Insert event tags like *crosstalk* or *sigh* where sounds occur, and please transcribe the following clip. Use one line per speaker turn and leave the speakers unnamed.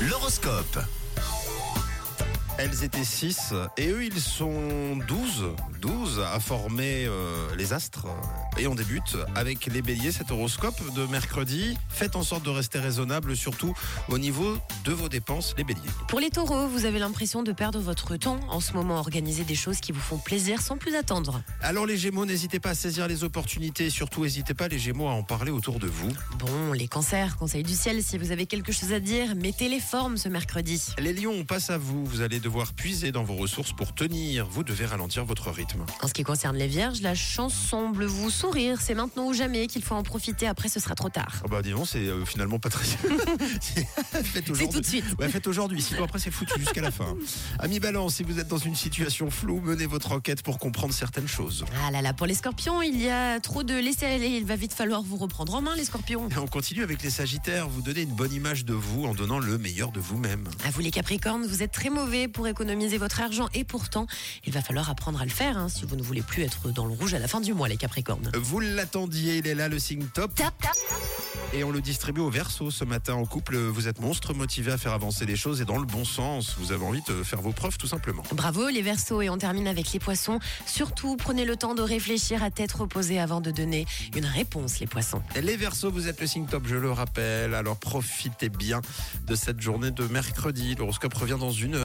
L'horoscope. Elles étaient 6 et eux ils sont 12, 12 à former euh, les astres. Et on débute avec les béliers, cet horoscope de mercredi. Faites en sorte de rester raisonnable, surtout au niveau de vos dépenses, les béliers.
Pour les taureaux, vous avez l'impression de perdre votre temps en ce moment. Organisez des choses qui vous font plaisir sans plus attendre.
Alors les gémeaux, n'hésitez pas à saisir les opportunités, surtout n'hésitez pas les gémeaux à en parler autour de vous.
Bon, les cancers, conseil du ciel, si vous avez quelque chose à dire, mettez les formes ce mercredi.
Les lions, on passe à vous, vous allez devoir puiser dans vos ressources pour tenir, vous devez ralentir votre rythme.
En ce qui concerne les vierges, la chance semble vous sourire. C'est maintenant ou jamais qu'il faut en profiter. Après, ce sera trop tard.
Ah bah dis donc, c'est euh, finalement pas très... *laughs* Faites
C'est
aujourd'hui.
tout de suite.
Ouais, faites aujourd'hui, sinon après c'est foutu jusqu'à la fin. Ami Balance, si vous êtes dans une situation floue, menez votre enquête pour comprendre certaines choses.
Ah là là, pour les scorpions, il y a trop de laisser aller. Il va vite falloir vous reprendre en main, les scorpions.
Et on continue avec les Sagittaires, vous donnez une bonne image de vous en donnant le meilleur de vous-même.
À vous les Capricornes, vous êtes très mauvais pour économiser votre argent et pourtant, il va falloir apprendre à le faire hein, si vous ne voulez plus être dans le rouge à la fin du mois, les Capricornes.
Vous l'attendiez, il est là le signe top
Tap, tap.
et on le distribue au verso ce matin en couple. Vous êtes monstre motivé à faire avancer les choses et dans le bon sens. Vous avez envie de faire vos preuves tout simplement.
Bravo les Verseaux et on termine avec les Poissons. Surtout, prenez le temps de réfléchir à tête reposée avant de donner une réponse, les Poissons.
Les Verseaux, vous êtes le signe top, je le rappelle. Alors profitez bien de cette journée de mercredi. L'horoscope revient dans une heure.